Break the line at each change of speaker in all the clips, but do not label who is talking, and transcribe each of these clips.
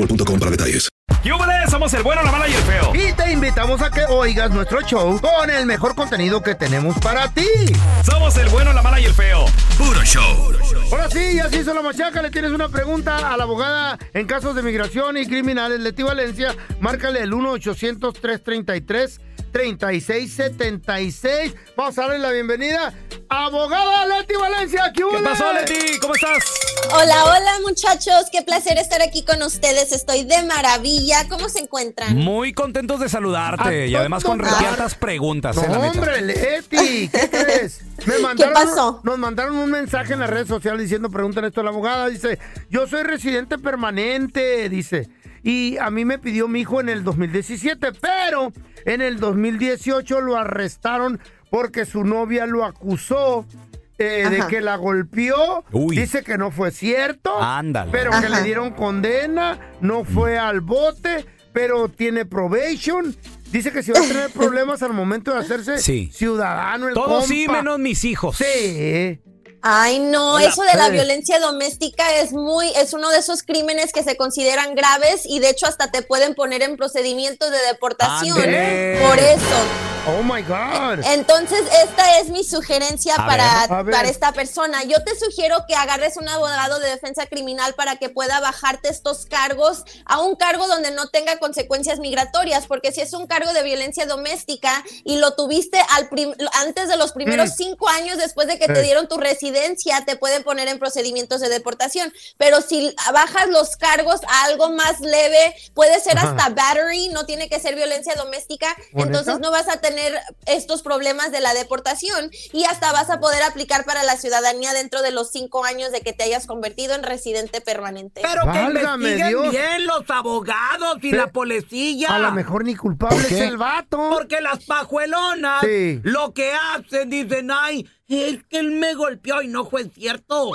para detalles.
¿Qué hubo de? Somos el bueno, la mala y el feo.
Y te invitamos a que oigas nuestro show con el mejor contenido que tenemos para ti.
Somos el bueno, la mala y el feo. Puro show.
Ahora sí, ya se hizo la machaca. Le tienes una pregunta a la abogada en casos de migración y criminales, Leti Valencia. Márcale el 1-800-333-3676. Vamos a darle la bienvenida. Abogada Leti Valencia, ¿qué,
¿Qué pasó, Leti? ¿Cómo estás?
Hola, hola muchachos, qué placer estar aquí con ustedes, estoy de maravilla, ¿cómo se encuentran?
Muy contentos de saludarte
Ah,
y además con
tonto.
reatas preguntas. eh, la
No,
neta.
hombre, Leti, ¿qué crees? Me mandaron,
pasó?
Nos mandaron un mensaje en las redes sociales diciendo, preguntan esto a la abogada, dice, yo soy residente permanente, dice, y a mí me pidió mi hijo en el 2017, pero en el 2018 lo arrestaron porque su novia lo acusó eh, de
Ajá.
que la golpeó,
Uy.
dice que no fue cierto,
Ándale.
pero que
Ajá.
le dieron condena, no fue al bote, pero tiene probation. Dice que si va a tener problemas al momento de hacerse
Sí.
ciudadano el
Todos sí,
compa.
menos mis hijos.
Sí.
Ay, no,
Hola,
eso de la
Fede.
violencia doméstica es muy es uno de esos crímenes que se consideran graves y de hecho hasta te pueden poner en procedimientos de deportación
Ándele.
por eso.
Oh my
Eh,
God.
Entonces, esta es mi sugerencia
A
para,
ver, a ver.
para esta persona. Yo te sugiero que agarres un abogado de defensa criminal para que pueda bajarte estos cargos a un cargo donde no tenga consecuencias migratorias, porque si es un cargo de violencia doméstica y lo tuviste al prim- antes de los primeros
Mm.
cinco años después de que
Eh.
te dieron tu residencia, te pueden poner en procedimientos de deportación. Pero si bajas los cargos a algo más leve, puede ser
Ajá.
hasta battery, no tiene que ser violencia doméstica,
¿Honesta?
entonces no vas a tener estos problemas de la deportación y hasta vas a poder aplicar para la ciudadanía dentro de los cinco años de que te hayas convertido en residente permanente.
Pero que
Válgame
investiguen
Dios.
bien los abogados y
Pe-
la policía.
A lo mejor ni culpable es el vato.
Porque las pajuelonas
Sí.
lo que hacen, dicen, ay, es que él me golpeó y no fue cierto.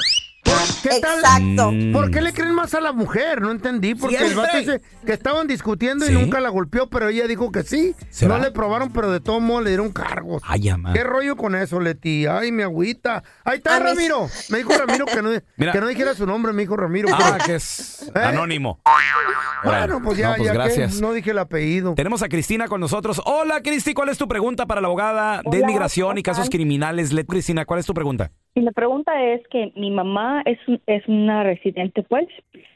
¿Qué tal?
Exacto.
Mm.
¿Por qué le creen más a la mujer? No entendí. Porque el vato dice
Siempre.
que estaban discutiendo
Sí.
y nunca la golpeó, pero ella dijo que sí.
¿Será?
No le probaron, pero de todo modo le dieron cargos.
Ay, ama.
¿Qué rollo con eso, Leti? Ay, mi agüita. Ahí está
A mí-
Ramiro. Me dijo Ramiro que no,
Mira.
que no dijera su nombre, me dijo Ramiro.
Ah, que es
¿Eh?
anónimo.
Bueno, pues ya,
No, pues
ya
gracias.
que no dije el apellido.
Tenemos a Cristina con nosotros. Hola, Cristi, ¿cuál es tu pregunta para la abogada de inmigración y casos criminales? Let- Cristina, ¿cuál es tu pregunta?
Y la pregunta es que mi mamá es, un- es una residente, pues,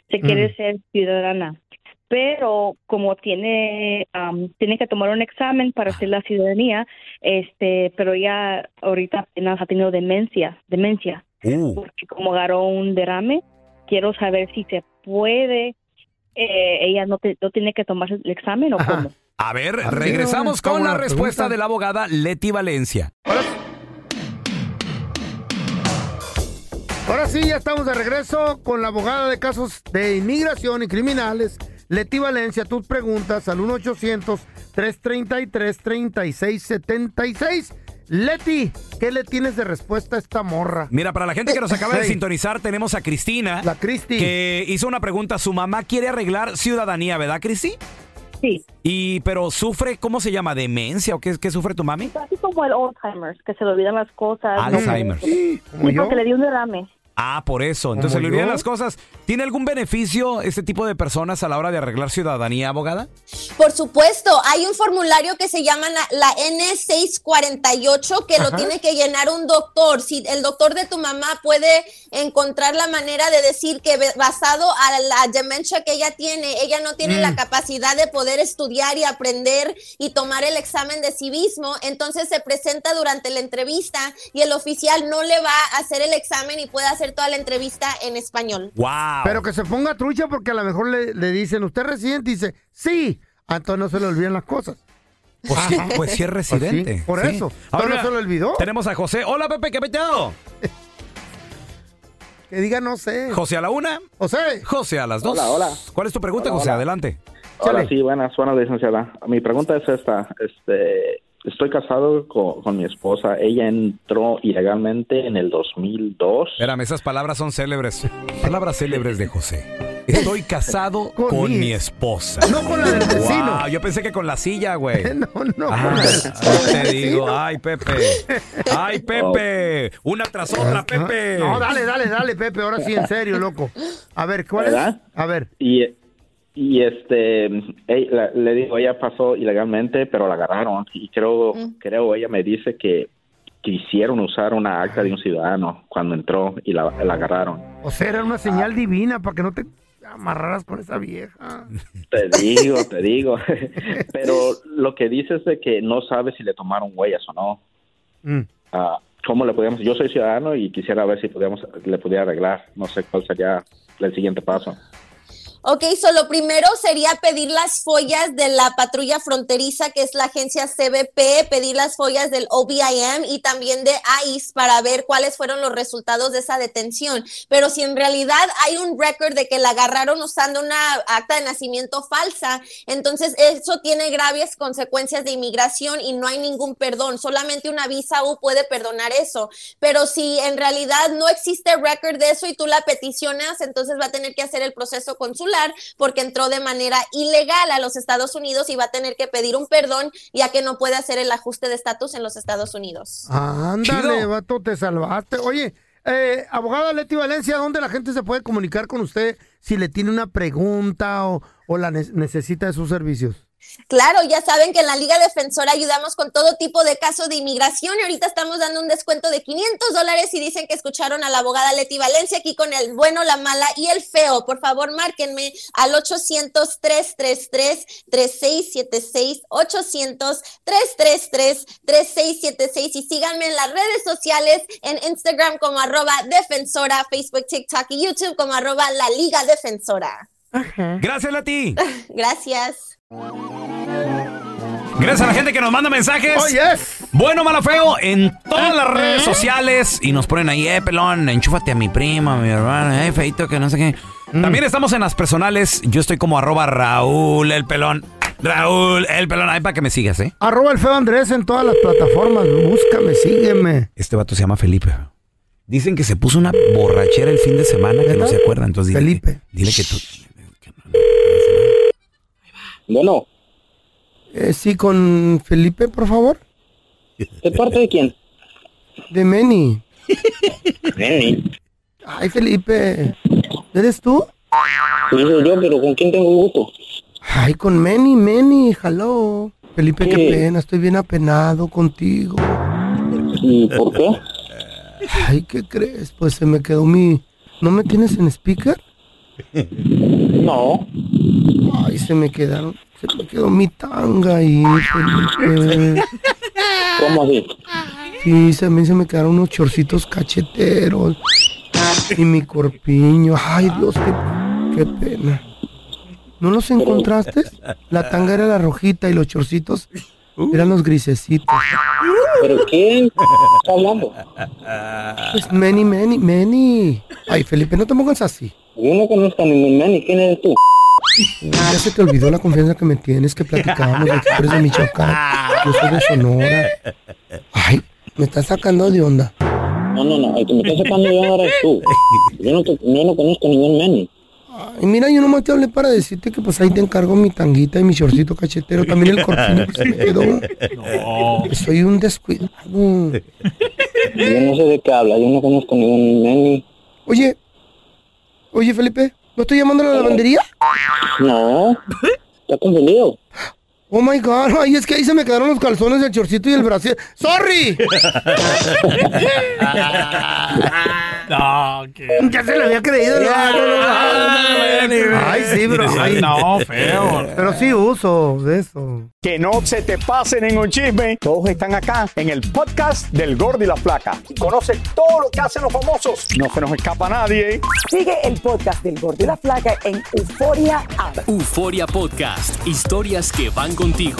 se quiere ser ciudadana, pero como tiene, am, tiene que tomar un examen para ser la ciudadanía, este, pero ella ahorita apenas ha tenido demencia, demencia,
Uh,
porque como agarró un derrame, quiero saber si se puede, eh, ella no, te- no tiene que tomarse el examen o
Ajá.
cómo.
a ver,
Ah,
regresamos
mira, está
con la
buena
respuesta
pregunta.
de la abogada Leti Valencia.
Ahora sí, ya estamos de regreso con la abogada de casos de inmigración y criminales, Leti Valencia. Tus preguntas al 1-800-333-3676. Leti, ¿qué le tienes de respuesta a esta morra?
Mira, para la gente que nos acaba de
Hey.
sintonizar, tenemos a Cristina
La Cristi.
que hizo una pregunta. Su mamá quiere arreglar ciudadanía, ¿verdad, Cristi?
Sí,
Y pero sufre, ¿cómo se llama? ¿Demencia o qué, qué sufre tu mami?
así como el Alzheimer's, que se le olvidan las cosas. no-
Alzheimer.
Ah, Sí, como
Sí,
yo.
porque le dio un derrame.
Ah, por eso. Entonces,
¿Como
le olvidan
yo?
las cosas. ¿Tiene algún beneficio este tipo de personas a la hora de arreglar ciudadanía, abogada?
Por supuesto, hay un formulario que se llama la, la N648 que
Ajá.
lo tiene que llenar un doctor. Si el doctor de tu mamá puede encontrar la manera de decir que be- basado a la demencia que ella tiene, ella no tiene
Mm.
la capacidad de poder estudiar y aprender y tomar el examen de civismo, entonces se presenta durante la entrevista y el oficial no le va a hacer el examen y puede hacer toda la entrevista en español.
Wow.
Pero que se ponga trucha porque a lo mejor le, le dicen, ¿usted es residente? Y dice, sí. Ah, Entonces no se le olvidan las cosas.
Pues, sí, pues sí es
Pues sí,
residente.
por
Sí.
eso.
Ahora
Ahora se lo olvidó.
Tenemos a José. Hola, Pepe, ¿qué peteo?
Que diga, no sé.
José a la una.
José.
José a las dos.
Hola, hola.
¿Cuál es tu pregunta,
Hola,
José?
hola.
Adelante.
Hola, sí, buenas, buenas, licenciada. Mi pregunta es esta. Este, estoy casado con, con mi esposa. Ella entró ilegalmente en el 2002.
Espérame, esas palabras son célebres. Palabras célebres de José. Estoy casado con, mi... esposa.
No con la del vecino.
Wow, yo pensé que con la silla, güey.
No, no.
Ah, te digo, ay Pepe, ay Pepe, una tras otra Pepe.
Ah, No, dale, dale, dale, Pepe. Ahora sí, en serio, loco. A ver, ¿cuál
¿Verdad?
es? A ver.
Y, y este, ey, la- le digo, ella pasó ilegalmente, pero la agarraron. Y creo,
Mm.
creo ella me dice que quisieron usar una acta de un ciudadano cuando entró y la, la agarraron.
O sea, era una señal divina para que no te amarraras con esa vieja.
Te digo, te digo. Pero lo que dices de que no sabe si le tomaron huellas o no.
Mm.
Ah, ¿Cómo le podíamos? Yo soy ciudadano y quisiera ver si podíamos, le pudiera arreglar. No sé cuál sería el siguiente paso.
Ok, so lo primero sería pedir las follas de la patrulla fronteriza, que es la agencia CBP, pedir las follas del OBIM y también de ICE para ver cuáles fueron los resultados de esa detención. Pero si en realidad hay un récord de que la agarraron usando una acta de nacimiento falsa, entonces eso tiene graves consecuencias de inmigración y no hay ningún perdón. Solamente una visa U puede perdonar eso. Pero si en realidad no existe récord de eso y tú la peticionas, entonces va a tener que hacer el proceso consular porque entró de manera ilegal a los Estados Unidos y va a tener que pedir un perdón ya que no puede hacer el ajuste de estatus en los Estados Unidos.
Ándale, vato, te salvaste. Oye, eh, abogada Leti Valencia, ¿dónde la gente se puede comunicar con usted si le tiene una pregunta o, o la ne- necesita de sus servicios?
Claro, ya saben que en la Liga Defensora ayudamos con todo tipo de casos de inmigración y ahorita estamos dando un descuento de 500 dólares y dicen que escucharon a la abogada Leti Valencia aquí con el bueno, la mala y el feo. Por favor, márquenme al 800-333-3676, 800-333-3676 y síganme en las redes sociales, en Instagram como arroba defensora, Facebook, TikTok y YouTube como arroba la Liga Defensora.
Gracias Lati.
Gracias.
Gracias a la gente que nos manda mensajes.
Oh, yes.
Bueno, malo, feo, en todas las redes sociales. Y nos ponen ahí, eh, pelón, enchúfate a mi prima, a mi hermano, eh, feito, que no sé qué.
Mm.
También estamos en las personales. Yo estoy como arroba Raúl el pelón. Raúl el pelón. Ahí para que me sigas, ¿eh?
Arroba el feo Andrés en todas las plataformas. Búscame, sígueme.
Este vato se llama Felipe. Dicen que se puso una borrachera el fin de semana que no se acuerda. Entonces dile, Felipe. dile que tú.
Bueno. Eh, sí, con Felipe, por favor.
¿De parte de quién?
De Meni.
Neni.
Ay, Felipe. ¿Eres tú?
Sí, soy yo, pero ¿con quién tengo gusto?
Ay, con Meni, Meni, hello. Felipe, qué
Sí.
pena, estoy bien apenado contigo.
¿Y por qué?
Ay, ¿qué crees? Pues se me quedó mi... ¿No me tienes en speaker?
No.
Ay, se me quedaron... Se me quedó mi tanga ahí, Felipe.
¿Cómo así?
Sí, se me, se me quedaron unos chorcitos cacheteros. Y mi corpiño. Ay, Dios, qué, qué pena. ¿No los encontraste? La tanga era la rojita y los chorcitos eran los grisecitos.
¿Pero quién está hablando?
Pues many, many, many. Ay, Felipe, no te pongas así.
Yo no conozco a ningún man y quién eres tú.
Ya se te olvidó la confianza que me tienes, que platicábamos de que tú eres de Michoacán. Yo soy de Sonora. Ay, me estás sacando de onda.
No, no, no, el que me está sacando yo ahora es tú. Yo no, te- yo no conozco a ningún man.
Ay, mira, yo nomás te hablé para decirte que pues ahí te encargo mi tanguita y mi shortcito cachetero. También el corpiño que se me quedó. Que Soy un descuidado.
Yo no sé de qué habla, yo no conozco a ningún man.
Oye, oye, Felipe, ¿no estoy llamando a la lavandería?
No. ¿Estás confundido?
Oh my god, ay, es que ahí se me quedaron los calzones, el chorcito y el brasier. ¡Sorry!
No, que.
Ya se lo había creído. No, no, no, no. Ay, sí, bro. Ay,
No, feo.
Pero sí uso de eso.
Que no se te pase ningún chisme. Todos están acá en el podcast del Gordi y la Flaca. Y conoce todo lo que hacen los famosos. No se nos escapa nadie.
Sigue el podcast del Gordo y la Flaca en Euforia App.
Euforia Podcast. Historias que van contigo.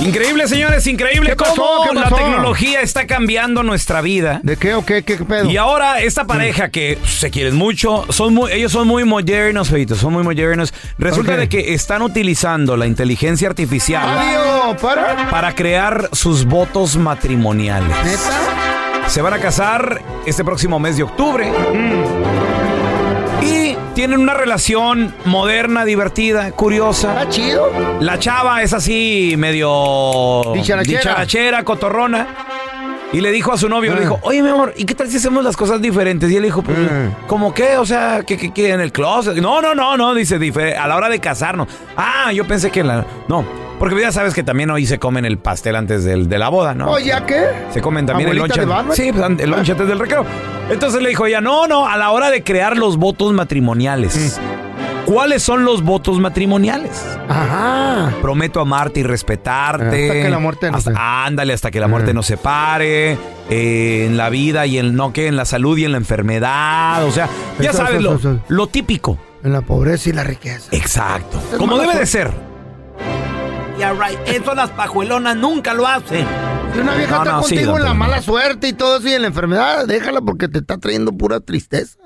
Increíble, señores, increíble
¿Qué pasó?
cómo
¿Qué
la
pasó?
tecnología está cambiando nuestra vida.
¿De qué o qué, qué pedo?
Y ahora esta pareja que pues, se quieren mucho, son muy- ellos son muy modernos, feitos, son muy modernos. Resulta de que están utilizando la inteligencia artificial
para
crear sus votos matrimoniales. Se van a casar este próximo mes de octubre. Y tienen una relación moderna, divertida, curiosa. Está
chido.
La chava es así, medio
Dicharachera.
dicharachera, cotorrona. Y le dijo a su novio,
Ah.
le dijo, oye mi amor, ¿y qué tal si hacemos las cosas diferentes? Y él dijo, pues,
Ah.
¿cómo qué? O sea, ¿qué, qué, qué, en el closet? No, no, no, no, dice, "dife- a la hora de casarnos. Ah, yo pensé que la... No, porque ya sabes que también hoy se comen el pastel antes del- de la boda, ¿no?
Oye, ¿a qué?
Se comen también el
¿Abuelita
lonche.
de Batman?
Sí, pues, an- el lonche antes del recreo. Entonces le dijo ella, no, no, a la hora de crear los votos matrimoniales.
Mm.
¿Cuáles son los votos matrimoniales?
Ajá.
Prometo amarte y respetarte.
Hasta que la muerte nos
Hasta- Ándale, hasta que la muerte nos separe. eh, en la vida y en no que en la salud y en la enfermedad. O sea, ya
Eso,
sabes
eso,
lo,
eso, eso.
lo típico.
En la pobreza y la riqueza.
Exacto. Como debe de ser. Yeah, right. Eso las pajuelonas nunca lo hacen.
Si una vieja
No,
está
no, sí,
contigo
don
en la
Pedro.
mala suerte y todo eso y en la enfermedad, déjala porque te está trayendo pura tristeza.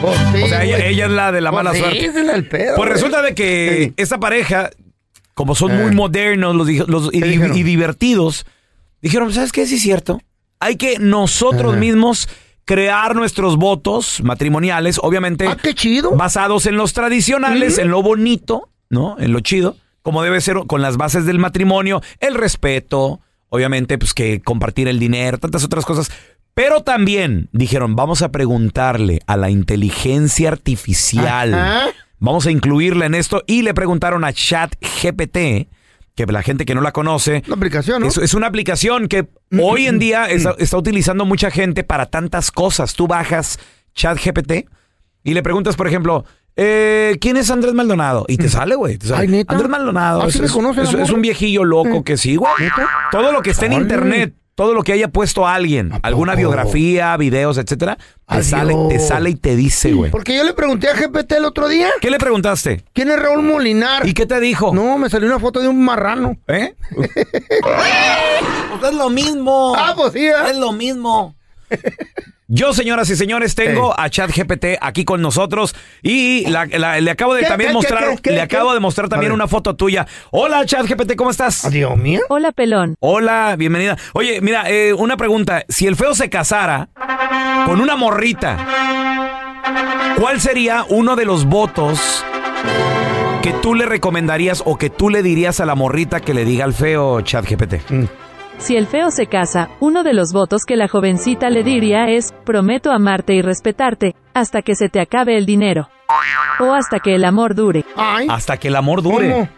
Pues
o sea, ella,
güey.
ella es la de la
Pues
mala
sí,
suerte.
ese es el pedo,
pues
güey.
resulta de que esta pareja, como son
Eh.
muy modernos los, di- los- y, di- y divertidos, dijeron, ¿sabes qué? Sí es cierto. Hay que nosotros mismos crear nuestros votos matrimoniales, obviamente
Ah,
basados en los tradicionales, en lo bonito, ¿no? En lo chido, como debe ser con las bases del matrimonio, el respeto, obviamente, pues que compartir el dinero, tantas otras cosas. Pero también dijeron, vamos a preguntarle a la inteligencia artificial.
Ajá.
Ah,
Vamos a incluirla en esto. Y le preguntaron a ChatGPT, que la gente que no la conoce.
Una aplicación, ¿no? Mm,
Es, es una aplicación que hoy en día está, está utilizando mucha gente para tantas cosas. Tú bajas ChatGPT y le preguntas, por ejemplo, eh, ¿quién es Andrés Maldonado? Y te sale, güey. te sale.
Mm. Ay, ¿neta?
Andrés Maldonado.
Así
es,
me
es-
conoce la
es- es
morra.
un viejillo loco que sí, güey. Todo lo que está en
Ay.
internet, todo lo que haya puesto alguien, alguna biografía, videos, etcétera, te sale, te sale y te dice, güey.
Porque yo le pregunté a GPT el otro día,
¿Qué le preguntaste?
¿quién es Raúl Molinar? ¿Y
qué te dijo?
No, me salió una foto de un marrano.
¿Eh? es lo mismo.
Ah, pues sí.
Es lo mismo. Yo, señoras y señores, tengo a ChatGPT aquí con nosotros y la- la- le acabo de
¿Qué,
también
qué,
mostrar,
qué, qué,
le
qué?
acabo de mostrar también una foto tuya. Hola, ChatGPT, ¿cómo estás?
Ah, Dios mío.
Hola, pelón.
Hola, bienvenida. Oye, mira, eh, una pregunta. Si el feo se casara con una morrita, ¿cuál sería uno de los votos que tú le recomendarías o que tú le dirías a la morrita que le diga al feo ChatGPT?
Si el feo se casa, uno de los votos que la jovencita le diría es, prometo amarte y respetarte, hasta que se te acabe el dinero. O hasta que el amor dure.
Hasta que el amor dure.
¿Cómo?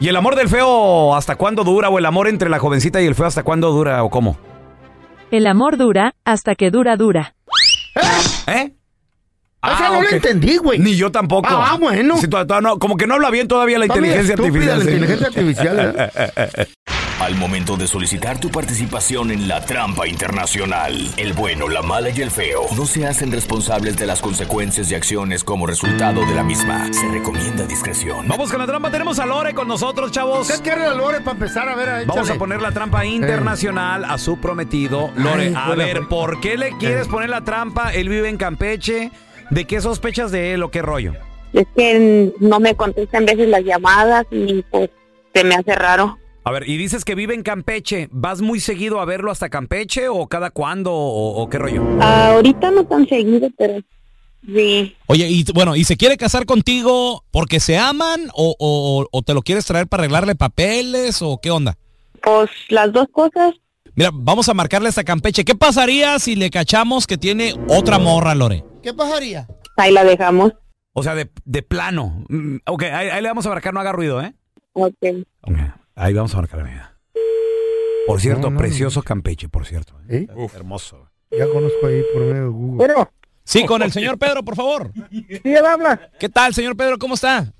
¿Y el amor del feo hasta cuándo dura? ¿O el amor entre la jovencita y el feo hasta cuándo dura? ¿O cómo?
El amor dura, hasta que dura dura.
¿Eh? Ah,
sea, no la
entendí, güey.
Ni yo tampoco.
Ah,
bueno.
Sí, todavía- todavía no- como que no habla bien todavía la
Está medio
inteligencia
estúpida
artificial.
la
sí.
inteligencia artificial, ¿eh?
Al momento de solicitar tu participación en la trampa internacional, el bueno, la mala y el feo no se hacen responsables de las consecuencias y acciones como resultado de la misma. Se recomienda discreción.
Vamos con la trampa. Tenemos a Lore con nosotros, chavos.
¿Qué quiere la Lore para empezar a ver? a-
Vamos
échale.
a poner la trampa internacional a su prometido. Lore,
Eh. Ay,
a
fue Eh. la
ver,
fre-
¿por qué le quieres poner la trampa? Él vive en Campeche. ¿De qué sospechas de él o qué rollo?
Es que no me contestan veces las llamadas y pues se me hace raro.
A ver, y dices que vive en Campeche. ¿Vas muy seguido a verlo hasta Campeche o cada cuándo o, o qué rollo?
ahorita no tan seguido, pero sí.
Oye, y bueno, ¿y se quiere casar contigo porque se aman o, o- o te lo quieres traer para arreglarle papeles o qué onda?
Pues las dos cosas.
Mira, vamos a marcarle esta Campeche. ¿Qué pasaría si le cachamos que tiene otra morra, Lore?
¿Qué pasaría?
Ahí la dejamos.
O sea, de, de plano. Mm, Ok, ahí, ahí le vamos a marcar, no haga ruido, ¿eh?
Ok.
Ahí vamos a marcar, amiga. Por cierto, precioso Campeche, por cierto. ¿eh? Hermoso.
Ya conozco ahí por medio de Google.
Sí, con el señor Pedro, por favor.
Sí, él habla.
¿Qué tal, señor Pedro? ¿Cómo está?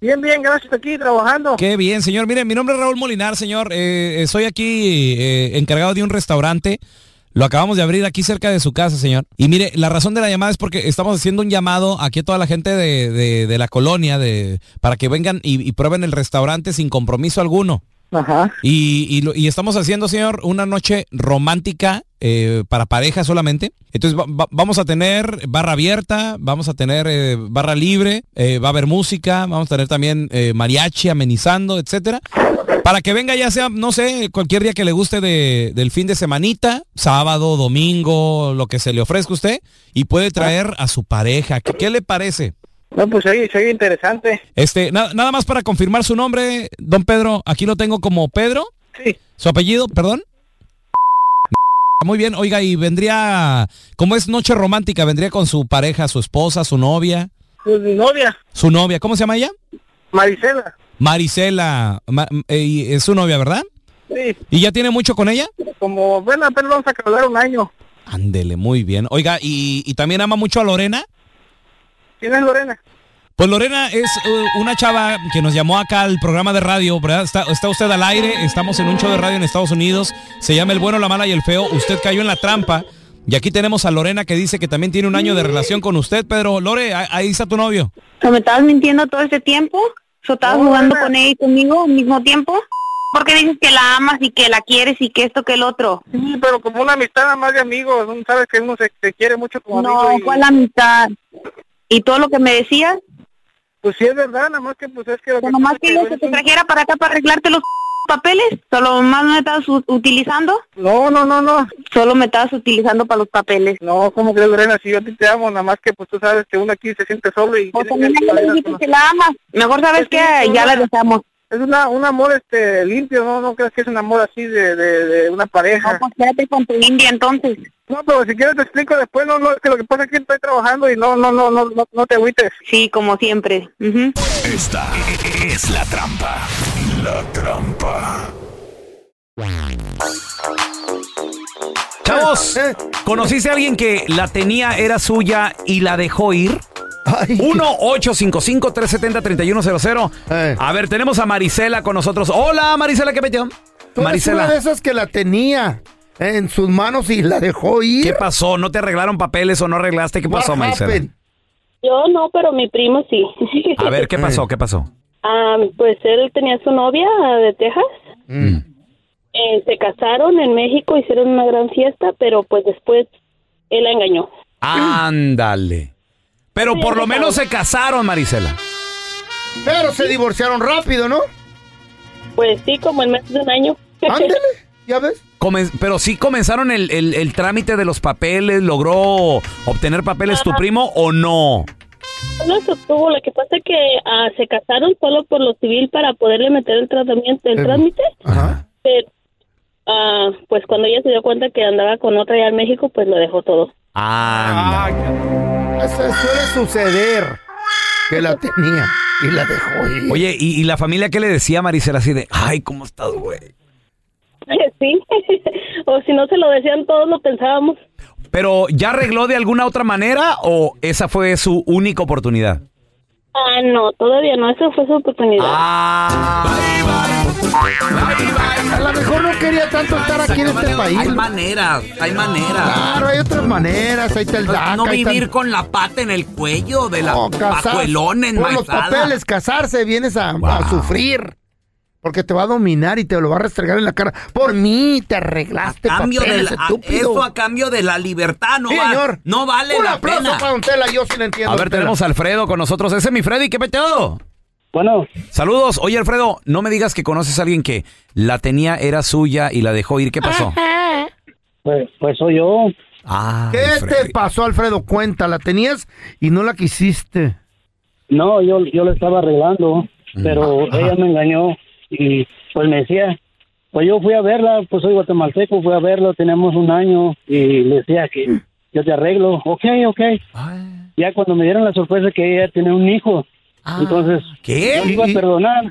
Bien, bien, gracias aquí trabajando.
Qué bien, señor. Mire, mi nombre es Raúl Molinar, señor. Eh, eh, soy aquí eh, encargado de un restaurante. Lo acabamos de abrir aquí cerca de su casa, señor. Y mire, la razón de la llamada es porque estamos haciendo un llamado aquí a toda la gente de, de- de la colonia de, para que vengan y, y prueben el restaurante sin compromiso alguno.
Ajá.
Y, y lo- y estamos haciendo, señor, una noche romántica eh, para pareja solamente. Entonces va- va- vamos a tener barra abierta, vamos a tener eh, barra libre, eh, va a haber música, vamos a tener también eh, mariachi amenizando, etcétera. Para que venga ya sea, no sé, cualquier día que le guste de- del fin de semanita, sábado, domingo, lo que se le ofrezca a usted, y puede traer a su pareja. ¿Qué, qué le parece?
No, pues oye, soy interesante.
Este, na- nada más para confirmar su nombre, don Pedro, aquí lo tengo como Pedro.
Sí.
Su apellido, perdón. Muy bien, oiga, y vendría, como es noche romántica, vendría con su pareja, su esposa, su novia,
Pues mi novia,
su novia, ¿cómo se llama ella?
Marisela.
Marisela, Ma- eh, y es su novia, ¿verdad?
Sí.
¿Y ya tiene mucho con ella?
Como, bueno, apenas vamos a calcular un año.
Ándele, muy bien. Oiga, y, y también ama mucho a Lorena.
¿Quién es Lorena?
Pues Lorena es eh, una chava que nos llamó acá al programa de radio, ¿verdad? Está, está usted al aire, estamos en un show de radio en Estados Unidos, se llama El Bueno, la Mala y el Feo, usted cayó en la trampa. Y aquí tenemos a Lorena que dice que también tiene un año de relación con usted, Pedro. Lore, a- ahí está tu novio.
O sea, ¿Me estabas mintiendo todo este tiempo? ¿O estabas jugando con ella y conmigo al mismo tiempo? ¿Por qué dices que la amas y que la quieres y que esto que el otro?
Sí, pero como una amistad nada más de amigos. Uno Pues, sabe que uno se, se quiere mucho pues, como
No,
amigo. y-
¿cuál amistad? ¿Y todo lo que me decías?
Pues sí es verdad, nada más que pues es que... lo
Nada más
pasa
que
es
yo que te trajera para acá para arreglarte los papeles, solo más me estabas u- utilizando.
No, no, no, no.
Solo me estabas utilizando para los papeles.
No, ¿cómo crees, Lorena? Si yo a ti te amo, nada más que pues tú sabes que uno aquí se siente solo y...
O
tiene
también
que-
a ella le dijiste que la amas. Mejor sabes
Es
que
una-
ya la dejamos.
Es una, un amor este limpio, ¿no? ¿No crees que es un amor así de, de, de una pareja? No,
pues quédate con tu india entonces.
No, pero si quieres te explico después, no, no, es que lo que pasa es que estoy trabajando y no, no, no, no, no, no te agüites.
Sí, como siempre.
Esta es la trampa. La trampa.
Chavos,
¿Eh?
¿conociste a alguien que la tenía, era suya y la dejó ir? 1-855-370-3100.
Eh.
A ver, tenemos a Marisela con nosotros. Hola, Marisela, ¿qué metió?
Tú eres una de esas que la tenía eh, en sus manos y la dejó ir.
¿Qué pasó? ¿No te arreglaron papeles o no arreglaste? ¿Qué pasó, Marisela?
happened?
Yo no, pero mi primo sí.
A ver, ¿qué pasó? ¿Qué pasó?
Ah, pues él tenía su novia ah, de Texas. Eh, se casaron en México, hicieron una gran fiesta, pero pues después él la engañó.
Ándale. Pero por lo menos se casaron, Marisela.
Pero se divorciaron rápido, ¿no?
Pues sí, como en menos de un año.
Ándale, ya ves.
Comen- pero sí comenzaron el, el- el trámite de los papeles, logró obtener papeles tu primo o no.
No se obtuvo, lo que pasa es que ah, se casaron solo por lo civil para poderle meter el tratamiento, el
Eh,
trámite. Pero, ah, pues cuando ella se dio cuenta que andaba con otra allá en México, pues lo dejó todo.
Eso suele suceder. Que la tenía y la dejó ir.
Oye, ¿y, y la familia qué le decía a Marisela así de, ay, cómo estás, güey?
Sí, o si no se lo decían todos, lo pensábamos.
Pero ¿ya arregló de alguna otra manera o esa fue su única oportunidad?
Ah, no, todavía no, esa fue su oportunidad.
A lo mejor no quería tanto estar aquí en este país.
Hay maneras, hay maneras.
Claro, hay otras maneras. Ahí está el DACA.
No
ahí está Oh, el-
vivir con la pata en el cuello de la
No, casarse.
pajuelona
Por los
enmaizada.
papeles, casarse, vienes a, a sufrir. Porque te va a dominar y te lo va a restregar en la cara. Por mí te arreglaste,
Cambio de
papeles,
la- a-
estúpido.
eso a cambio de la libertad no,
Sí,
va-
señor.
no vale
Un
la
aplauso
pena.
para don Tela, yo sí le entiendo.
A ver,
don Tela.
tenemos a Alfredo con nosotros. Ese es mi Freddy, ¿qué peteado?
Bueno.
Saludos. Oye, Alfredo, no me digas que conoces a alguien que la tenía, era suya y la dejó ir. ¿Qué pasó?
Pues, pues soy yo.
Ah,
¿Qué te pasó, Alfredo? Cuenta, la tenías y no la quisiste.
No, yo, yo lo estaba arreglando,
Mm.
pero
Ajá.
ella me engañó y pues me decía, pues yo fui a verla, pues soy guatemalteco, fui a verla, tenemos un año y le decía que yo te arreglo, ok, ok. Ya cuando me dieron la sorpresa que ella tiene un hijo, entonces
Ah, ¿Qué?
yo le iba a perdonar,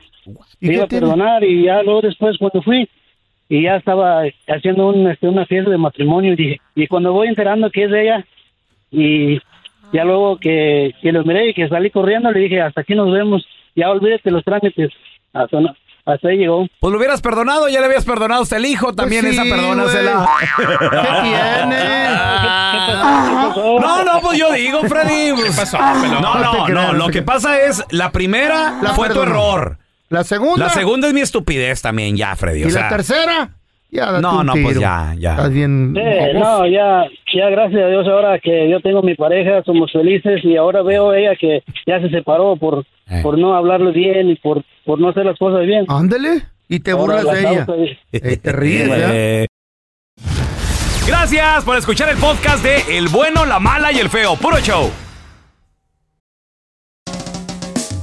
¿Y
le
qué
iba a
tiene?
perdonar y ya luego después cuando fui y ya estaba haciendo un, este, una fiesta de matrimonio y dije, y cuando voy enterando que es de ella y ya luego que, que los miré y que salí corriendo, le dije, hasta aquí nos vemos, ya olvídate los trámites, hasta, no- hasta ahí llegó.
Pues lo hubieras perdonado, ya le habías perdonado hasta el hijo,
Pues
también esa perdónasela.
¿Qué tiene?
No, no, pues yo digo, Freddy. pues-
pelón?
No,
No
no,
te
no.
creas, no
Lo
te
que pasa es, la primera
La
fue tu
perdonó.
error.
La segunda.
La segunda es mi estupidez también, ya, Freddy.
¿Y
o
la
sea,
tercera? Ya, date
No,
un
no, pues
tiro.
ya, ya.
Estás bien.
Eh,
baboso.
no, ya, ya gracias a Dios ahora que yo tengo mi pareja, somos felices y ahora veo ella que ya se separó por,
eh.
por no hablarle bien y por, por no hacer las cosas bien.
Ándele, y te
Ahora
burlas
la
de ella.
causa es-
Eh, te ríes, ¿verdad?
Gracias por escuchar el podcast de El bueno, la mala y el feo. Puro show.